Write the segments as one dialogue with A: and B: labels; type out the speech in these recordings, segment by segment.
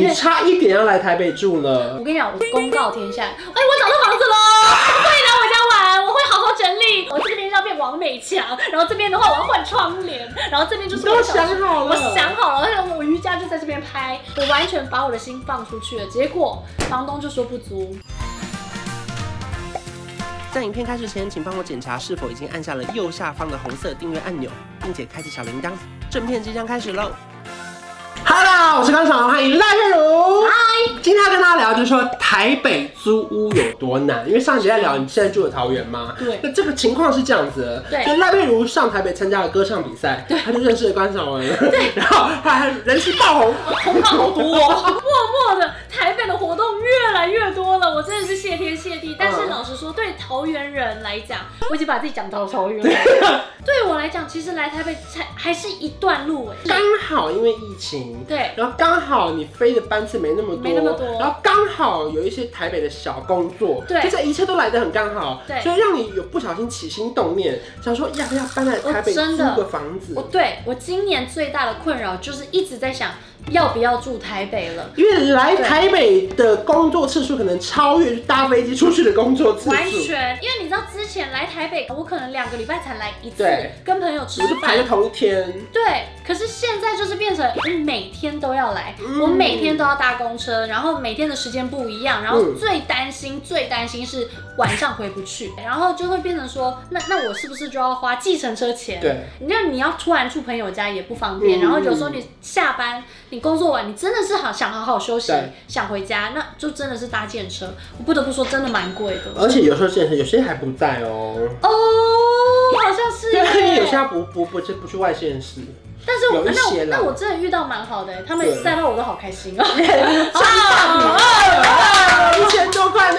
A: 你差一点要来台北住了
B: 我。跟你讲，我公告天下，哎，我找到房子了，欢迎来我家玩，我会好好整理。我这边要变王美墙，然后这边的话我要换窗帘，然后这边就是我
A: 都
B: 的小
A: 想好了，
B: 我想好了，而且我瑜伽就在这边拍，我完全把我的心放出去了。结果房东就说不租，
A: 在影片开始前，请帮我检查是否已经按下了右下方的红色订阅按钮，并且开启小铃铛。正片即将开始喽！Hello，我是刚爽，欢迎赖月如。嗨，今天要跟大家聊，就是说台北租屋有多难。因为上一集在聊你现在住的桃园嘛，
B: 对
A: 那这个情况是这样子的，
B: 对
A: 就赖月如上台北参加了歌唱比赛，他就认识了关晓雯，对， 然后后来人气爆红，
B: 红好毒哦。 默默的，台北的活动越来越多了，我真的是谢天谢地。但是
A: 嗯
B: 老实说，对桃园人来讲，我已经把自己讲到 桃园了。对我来讲，其实来台北才还是一段路哎。
A: 刚好因为疫情，
B: 对，
A: 然后刚好你飞的班次没那么多，
B: 没那么多
A: 然后刚好有一些台北的小工作，
B: 对
A: 就这一切都来得很刚好，
B: 对
A: 所以让你有不小心起心动念，想说要不要搬来台北
B: 我
A: 租
B: 哦真的
A: 个房子
B: 我，对我今年最大的困扰就是一直在想要不要住台北了。
A: 因为来
B: 对
A: 台北的工作次数可能超越搭飞机出去的工作次
B: 完
A: 数，
B: 全，因为你知道之前来台北，我可能两个礼拜才来一次
A: 对，
B: 跟朋友吃
A: 我就排
B: 饭
A: 在。同一天。
B: 对，可是现在就是变成我每天都要来，
A: 嗯
B: 我每天都要搭公车，然后每天的时间不一样，然后
A: 嗯
B: 最担心、最担心是晚上回不去， 然后就会变成说，那那我是不是就要花计程车钱？
A: 对，
B: 你看你要突然住朋友家也不方
A: 嗯
B: 便，然后有时候你下班，你工作完，你真的是好想好好休息
A: 对，
B: 想回家，那就真的是搭建车。我不得不说，真的蛮贵的。
A: 而且有时候健身，有些还不在哦。
B: 哦，好像是
A: 对，因为有
B: 耶。
A: 些他不不不不去外县市，
B: 但是我
A: 有一
B: 那
A: 些
B: 我
A: 啦
B: 那我真的遇到蛮好的耶，欸他们
A: 对
B: 赛到我都好 开心哦。
A: 一千多块呢。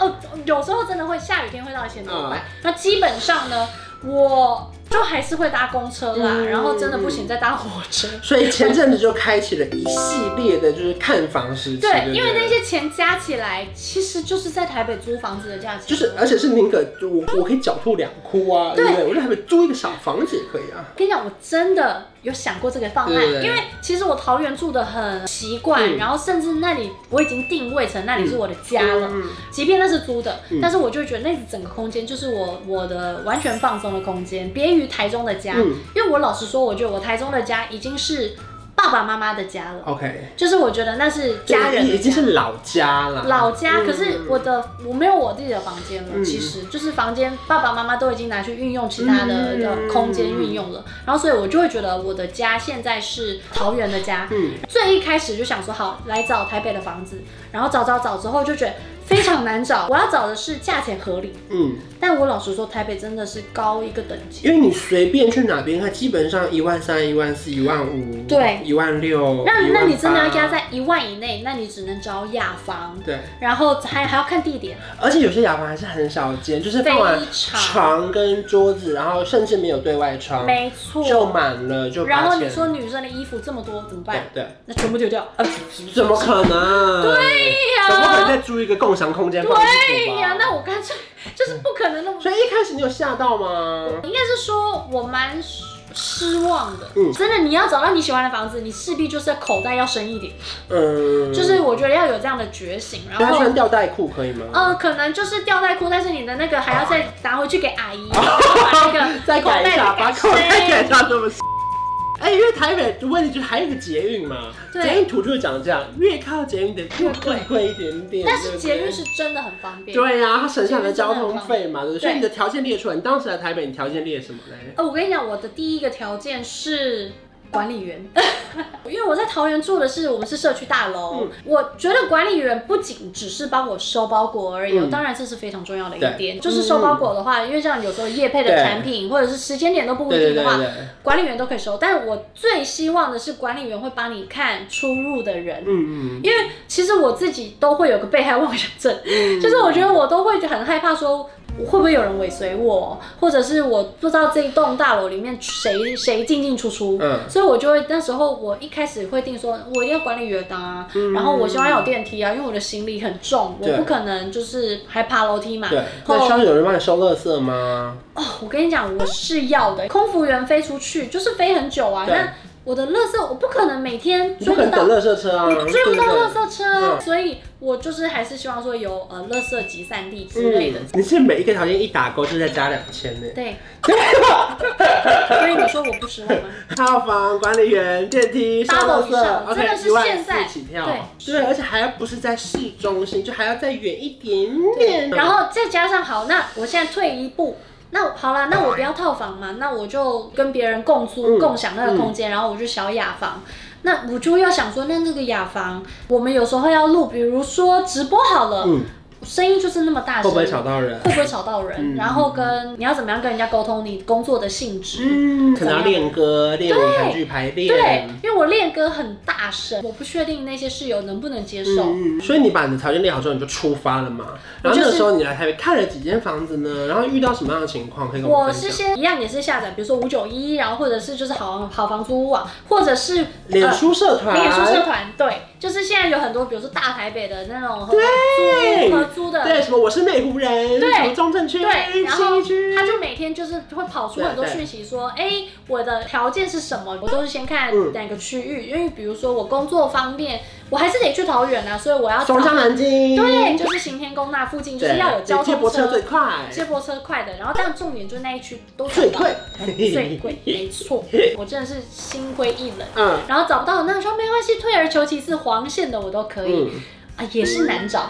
B: 哦，有时候真的会下雨天会到一千多块
A: 嗯。
B: 那基本上呢，我就还是会搭公车啦，
A: 嗯
B: 然后真的不行再搭火车。
A: 所以前阵子就开启了一系列的，就是看房时期。不
B: 对，因为那些钱加起来，其实就是在台北租房子的价钱。
A: 就是，呃而且是宁可就我我可以狡兔两窟啊，对
B: 对
A: 不对？我就还没租一个小房子也可以啊。
B: 跟你讲，我真的有想过这个方案，
A: 对对对
B: 因为其实我桃园住的很习惯，
A: 嗯
B: 然后甚至那里我已经定位成那里是我的家了，
A: 嗯
B: 即便那是租的，
A: 嗯
B: 但是我就觉得那整个空间就是我我的完全放松的空间，别于台中的家，
A: 嗯
B: 因为我老实说，我觉得我台中的家已经是爸爸妈妈的家了，
A: ，OK，
B: 就是我觉得那是家人
A: 哦已
B: 的
A: 经
B: 家。
A: 是老家了。
B: 老家，
A: 嗯
B: 可是我的我没有我自己的房间了，
A: 嗯
B: 其实就是房间爸爸妈妈都已经拿去运用其他的
A: 嗯
B: 的空间运用了，然后所以我就会觉得我的家现在是桃园的家。
A: 嗯，
B: 最一开始就想说好来找台北的房子，然后找找找之后就觉得非常难找，我要找的是价钱合理，
A: 嗯，
B: 但我老实说台北真的是高一个等级。
A: 因为你随便去哪边看，基本上一万三、一万四、一万五，
B: 对
A: 一万六。
B: 那那你真的要
A: 18000
B: 压在一万以内，那你只能找雅房，
A: 对，
B: 然后还还要看地点，
A: 而且有些雅房还是很少见，就是放完
B: 非常
A: 床跟桌子，然后甚至没有对外窗，
B: 没错。
A: 就满了就
B: 然后
A: 八
B: 你
A: 千。
B: 说女生的衣服这么多怎么
A: 对
B: 办？
A: 对，
B: 那全部丢掉。
A: 怎么可能？对呀怎么可能再租一个共享空间放衣服
B: 对
A: 吧
B: 呀，那我干脆就是不可能那么。
A: 所以一开始你有吓到吗？
B: 应该是说我蛮失望的，
A: 嗯
B: 真的，你要找到你喜欢的房子，你势必就是口袋要深一点，
A: 嗯，
B: 就是我觉得要有这样的觉醒，然
A: 他
B: 后。
A: 穿吊带裤可以吗？
B: 呃，可能就是吊带裤，但是你的那个还要再拿回去给 阿姨，然后把那个
A: 再改一下，
B: 口
A: 把
B: 袋
A: 口
B: 再改
A: 袋
B: 深
A: 改到这么。哎，因为台北问题就是还有一个捷运嘛，
B: 对
A: 捷运图就是长这样，越靠捷运的越贵
B: 越
A: 贵一点点。
B: 但
A: 对
B: 是
A: 不对
B: 捷运是真的很方便。
A: 对啊呀、它省下来的交通费嘛，对不对？
B: 对
A: 所以你的条件列出来，你当时来台北，你条件列什么嘞？
B: 呃，我跟你讲，我的第一个条件是管理员， 因为我在桃园住的是我们是社区大楼，
A: 嗯
B: 我觉得管理员不仅只是帮我收包裹而已哦，
A: 嗯
B: 当然这是非常重要的
A: 对嗯
B: 一点。就是收包裹的话，因为像有时候业配的
A: 对
B: 产品或者是时间点都不固
A: 对对
B: 定的
A: 对
B: 话，
A: 对，
B: 管理员都可以收。但我最希望的是管理员会帮你看出入的人。
A: 嗯嗯
B: 因为其实我自己都会有个被害妄想症，
A: 嗯，
B: 就是我觉得我都会很害怕说。会不会有人尾随我，或者是我不知道这一栋大楼里面谁谁进进出出，
A: 嗯
B: 所以我就会那时候我一开始会定说，我一定要管理员啊，然后我希望要有电梯啊，因为我的行李很重，我
A: 对
B: 不可能就是还爬楼梯嘛。
A: 对，
B: 后
A: 那需要有人帮你收垃圾吗？
B: 哦，我跟你讲，我是要的。空服员飞出去就是飞很久啊，
A: 对
B: 那我的垃圾我不可能每天
A: 你不
B: 追
A: 可
B: 得
A: 能
B: 到
A: 等，垃圾车啊，
B: 你
A: 对
B: 追不
A: 不
B: 到垃
A: 对？
B: 圾车，啊
A: 嗯
B: 所以我就是还是希望说有呃垃圾集散地之类的。
A: 你是每一个条件一打勾就再加两千呢。
B: 对，所以你说我不失望吗？
A: 套房管理员、电梯、收
B: Double
A: 垃
B: 以上
A: 圾，
B: 真的
A: OK，
B: 是
A: 一万
B: 现在
A: 四起跳，
B: 对
A: 对，而且还要不是在市中心，就还要再远一点点。
B: 然后再加上好，那我现在退一步，那好啦，那我不要套房嘛，那我就跟别人共
A: 嗯
B: 租、共享那个空间，然后我就小雅房。那我就要想说，那那个雅房，我们有时候要录，比如说直播好了，
A: 嗯，
B: 声音就是那么大
A: 会
B: 声，
A: 不会吵到人？
B: 会不会吵到人？
A: 嗯
B: 然后跟你要怎么样跟人家沟通你工作的性质？
A: 嗯，可能要练歌、练舞台剧排
B: 对
A: 练。，
B: 因为我练歌很大声，我不确定那些室友能不能接受。
A: 嗯，嗯所以你把你的条件列好之后，你就出发了嘛。然后那个时候你来台北看了几间房子呢？然后遇到什么样的情况可以跟我
B: 我
A: 们
B: 是
A: 分享？
B: 先一样也是下载，比如说五九一，然后或者是就是好好房租网，啊或者是
A: 脸书社
B: 呃
A: 团，
B: 脸书社团，对，就是现在有很多，比如说大台北的那种合
A: 对
B: 租合租的，
A: 对，什么我是内湖人，
B: 对
A: 什么中正区、
B: 对，然后
A: 西区，
B: 他就每天就是会跑出很多
A: 对对
B: 讯息说，哎、我的条件是什么？我都是先看
A: 嗯
B: 哪个区域，因为比如说我工作方面，我还是得去桃园啊，所以我要找
A: 松江南京，
B: 对，就是行天宫那附近，就是要有交
A: 接
B: 通
A: 驳车最
B: 车。
A: 快，
B: 接驳车快的，然后但重点就是那一区都找
A: 最
B: 不到
A: 贵，
B: 最贵， 没错，我真的是心灰意冷。
A: 嗯。
B: 然后找不到，那说没关系，退而求其次，黄线的我都可以、
A: 嗯，
B: 啊，也是难找，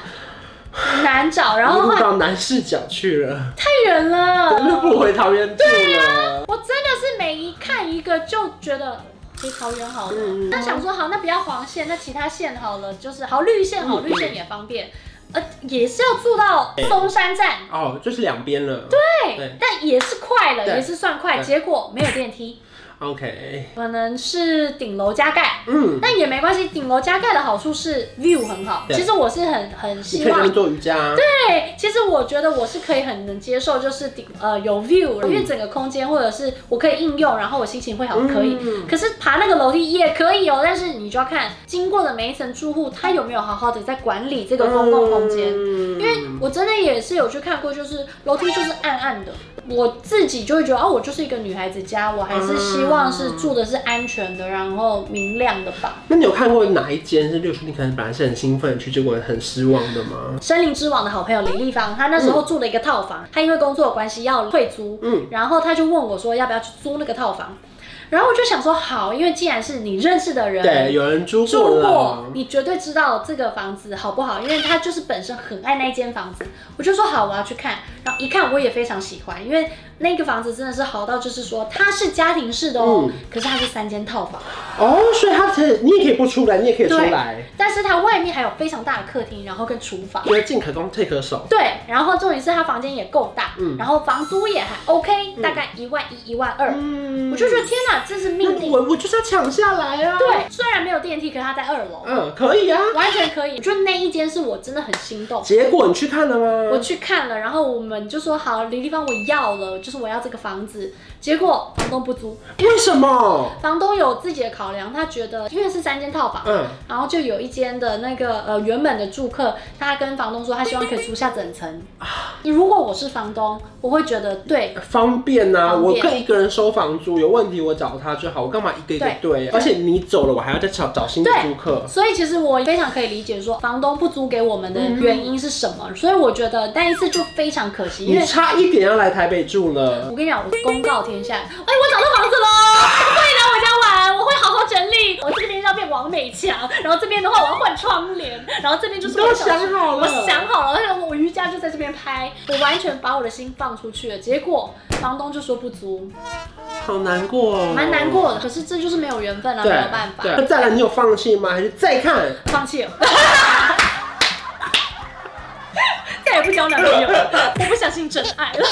B: 难找。然后
A: 录
B: 后来
A: 到南市角去了，
B: 太 远了，
A: 录不回桃园住了。
B: 我真的是每一看一个就觉得回桃园好了。啊
A: 嗯嗯
B: 那想说好，那不要黄线，那其他线好了，就是好绿线好，
A: 嗯
B: 绿线也方便，呃，也是要住到松山站，
A: 哦，就是两边了。对
B: 对，但也是快了，
A: 对
B: 也是算快，
A: 对
B: 结果没有电梯，
A: ，OK，
B: 可能是顶楼加盖。
A: 嗯，
B: 但也没关系，顶楼加盖的好处是 view 很好。
A: 对
B: 其实我是很很
A: 你可以
B: 希
A: 在那
B: 望
A: 边做瑜伽啊。对，
B: 对，其实我觉得我是可以很能接受，就是顶呃有 view，因为
A: 嗯
B: 整个空间或者是我可以应用，然后我心情会好，可以。
A: 嗯
B: 可是爬那个楼梯也可以哦，但是你就要看经过的每一层住户，他有没有好好的在管理这个公共空间。
A: 因
B: 因为
A: 嗯
B: 我真的也是有去看过，就是楼梯就是暗暗的，我自己就会觉得哦，我就是一个女孩子家，我还是希望
A: 嗯
B: 是住的是安全的，然后明亮的吧。
A: 那你有看过哪一间是六叔？你可能本来是很兴奋去，结果很失望的吗？
B: 森林之王的好朋友李立芳，她那时候住了一个套房，她因为工作的关系要退租，
A: 嗯
B: 然后她就问我说要不要去租那个套房，然后我就想说好，因为既然是你认识的人，
A: 对，有人住
B: 住
A: 过
B: 过
A: 了，。
B: 你绝对知道这个房子好不好，因为他就是本身很爱那间房子。我就说好，我要去看，然后一看我也非常喜欢，因为那个房子真的是好到就是说它是家庭式的哦，
A: 嗯
B: 可是它是三间套房，
A: 哦，所以他可以，你也可以不出来，你也可以出来，
B: 但是它外面还有非常大的客厅，然后跟厨房。
A: 觉得进可攻退可守。
B: 对，然后重点是他房间也够大，
A: 嗯
B: 然后房租也还 OK，、大概一万一、一万二、
A: 嗯
B: 我就觉得天哪，这是命
A: 那
B: 定。
A: 我我就是要抢下来啊。，
B: 对，虽然没有电梯，可是它在二楼、
A: 嗯，可以啊。
B: 完全可以。我觉得那一间是我真的很心动。
A: 结果你去看了吗？
B: 我去看了，然后我们就说好，李立芳我要了，就是我要这个房子。结果房东不租，
A: 为什么？
B: 房东有自己的考量，他觉得因为是三间套房，
A: 嗯，
B: 然后就有一间的那个呃原本的住客，他跟房东说他希望可以租下整层。如果我是房东，我会觉得对。
A: 方便呐、
B: 方便
A: 我跟一个人收房租，有问题我找他就好，我干嘛一个一个对？而且你走了，我还要再找找新的
B: 对
A: 租客。
B: 所以其实我非常可以理解说房东不租给我们的原因是什么，所以我觉得那一次就非常可惜，因
A: 你
B: 为
A: 差一点要来台北住了，
B: 我跟你讲，我公告天下，哎、我找到房子了，欢迎来我家玩，我会好好整理。我这边要变王美强，然后这边的话我要换窗帘，然后这边就是我
A: 都
B: 的小区
A: 想好了
B: 我想好了，而且我瑜伽就在这边拍，我完全把我的心放出去了。结果房东就说不租，
A: 好难过、哦，
B: 蛮难。过的。可是这就是没有缘分了，
A: 对，
B: 没有办法，
A: 对，那再来，你有放弃吗？还是再看？
B: 放弃了。 再也不交男朋友，我不相信真爱了。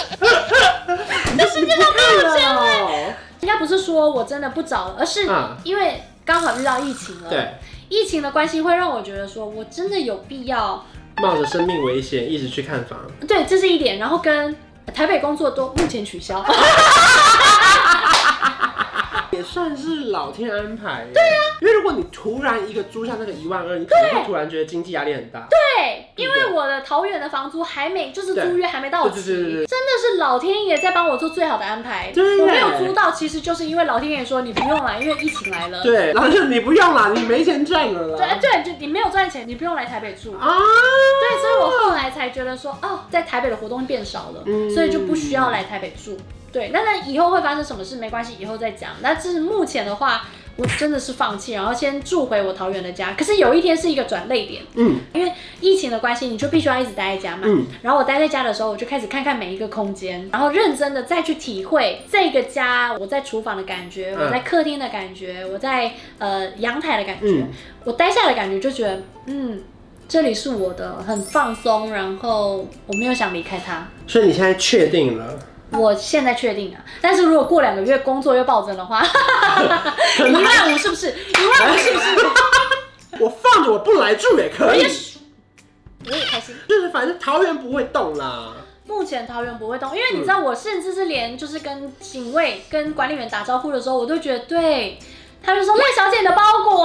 A: 但是真的
B: 有钱应该不是说我真的不找了，而是
A: 嗯
B: 因为刚好遇到疫情了。
A: 对，
B: 疫情的关系会让我觉得说，我真的有必要
A: 冒着生命危险一直去看房，
B: 对，这是一点。然 后跟台北工作都目前取消，
A: 也算是老天安排。对啊，因为如果你突然一个租下那个一万二，你可能会
B: 对
A: 突然觉得经济压力很大。
B: 对，因为我的桃园的房租还没，就是租约还没到期，
A: 对对对对对
B: 真的是老天爷在帮我做最好的安排。
A: 对
B: 我没有租到，其实就是因为老天爷说你不用来，因为疫情来了。
A: 对，然后就你不用啦，你没钱赚了啦。
B: 对对，就你没有赚钱，你不用来台北住。
A: 啊，
B: 对，所以我后来才觉得说，哦，在台北的活动变少了，
A: 嗯
B: 所以就不需要来台北住。对，那那以后会发生什么事没关系，以后再讲。那这是目前的话，我真的是放弃，然后先住回我桃园的家。可是有一天是一个转泪点，
A: 嗯
B: 因为疫情的关系，你就必须要一直待在家嘛。
A: 嗯
B: 然后我待在家的时候，我就开始看看每一个空间，然后认真的再去体会这个家，我在厨房的感觉，
A: 嗯
B: 我在客厅的感觉，我在呃阳台的感觉，
A: 嗯
B: 我待下来的感觉就觉得，嗯，这里是我的，很放松，然后我没有想离开它。
A: 所以你现在确定了，
B: 我现在确定了，啊但是如果过两个月工作又暴增的 话，一万五是不是？一万五啊是不是？
A: 我放着我不来住也可以，
B: 我也开心。
A: 就是反正桃园不会动啦。
B: 目前桃园不会动，因为你知道，我甚至是连就是跟警卫、跟管理员打招呼的时候，我都觉得对。他就说赖小姐你的包裹，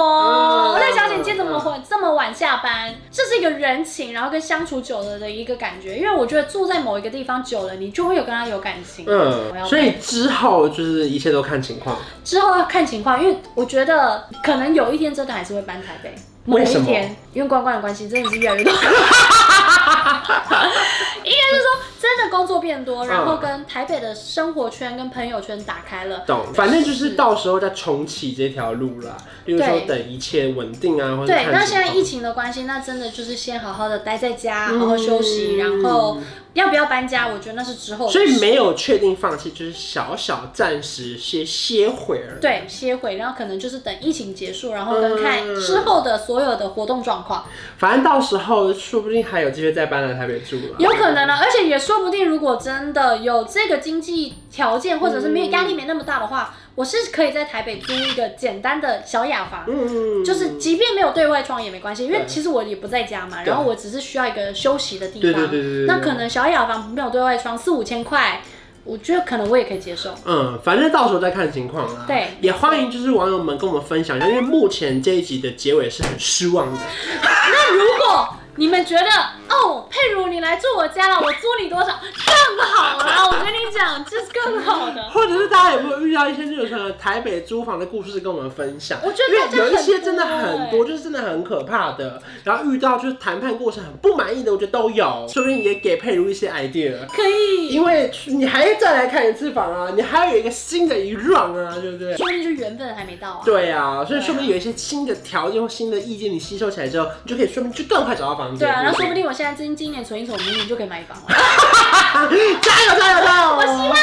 B: 哦
A: 嗯
B: 赖小姐你今天怎么
A: 嗯
B: 会这么晚下班？这是一个人情，然后跟相处久了的一个感觉。因为我觉得住在某一个地方久了，你就会有跟他有感情。我要
A: 嗯，所以之后就是一切都看情况。
B: 之后要看情况，因为我觉得可能有一天真的还是会搬台北。某
A: 为
B: 一
A: 什么
B: 天，因为关关的关系，真的是越来越多。应 该是说，真的工作变多，然
A: 嗯
B: 后跟台北的生活圈跟朋友圈打开了。
A: 懂，反正就是到时候再重启这条路啦。例如说，等一切稳定啊，或者
B: 对，
A: 看
B: 那
A: 情
B: 现在
A: 况
B: 疫情的关系，那真的就是先好好的待在家，
A: 嗯
B: 好好休息，然后要不要搬家，我觉得那是之后的
A: 所以
B: 事
A: 没有确定放弃，就是小小暂时歇歇会儿。，
B: 对歇会，然后可能就是等疫情结束，然后跟看
A: 嗯
B: 之后的所有的活动状况。
A: 反正到时候说不定还有机会再搬来台北住了。
B: 有可能呢，啊而且也说不定，如果真的有这个经济条件，或者是没有压力没那么大的话，我是可以在台北租一个简单的小雅房，
A: 嗯，
B: 就是即便没有对外窗也没关系，因为
A: 对
B: 其实我也不在家嘛，
A: 对
B: 然后我只是需要一个休息的地
A: 对
B: 方。
A: 对对对对对
B: 那可能小雅房没有对外窗，四五千块，我觉得可能我也可以接受。
A: 嗯，反正到时候再看情况啦。
B: 对
A: 也欢迎就是网友们跟我们分享一下，因为目前这一集的结尾是很失望的。
B: 那如果你们觉得哦，佩如你来住我家了，我租你多少更好了，我跟你讲，这是更好的。
A: 或者是大家有没有遇到一些就是可能台北租房的故事跟我们分享？
B: 我觉得大家
A: 因为有一些
B: 很
A: 真
B: 多欸
A: 的很多，就是真的很可怕的。然后遇到就是谈判过程很不满意的，我觉得都有，说不定也给佩如一些 idea。
B: 可以，
A: 因为你还再来看一次房啊，你还有一个新的一 round 啊，对不对？
B: 说不定就缘分还没到啊。
A: 对啊，所以
B: 对啊
A: 说不定有一些新的条件或新的意见，你吸收起来之后，你就可以说明就更快找到房子。
B: 对啊，那
A: 不
B: 说不定我现在今今年存一存，我明年就可以买房了。
A: 啊加油加油加油！
B: 哦
A: 我希望。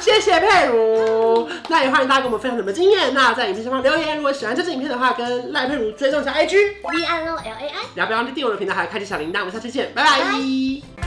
A: 谢谢佩如，那也欢迎大家跟我们分享你们的经验。那在影片下方留言，如果喜欢这支影片的话，跟赖佩如追踪一下 IG，
B: V I O L A I。
A: 然后不要忘记订阅我的频道，还有开启小铃铛。我们下期见，拜拜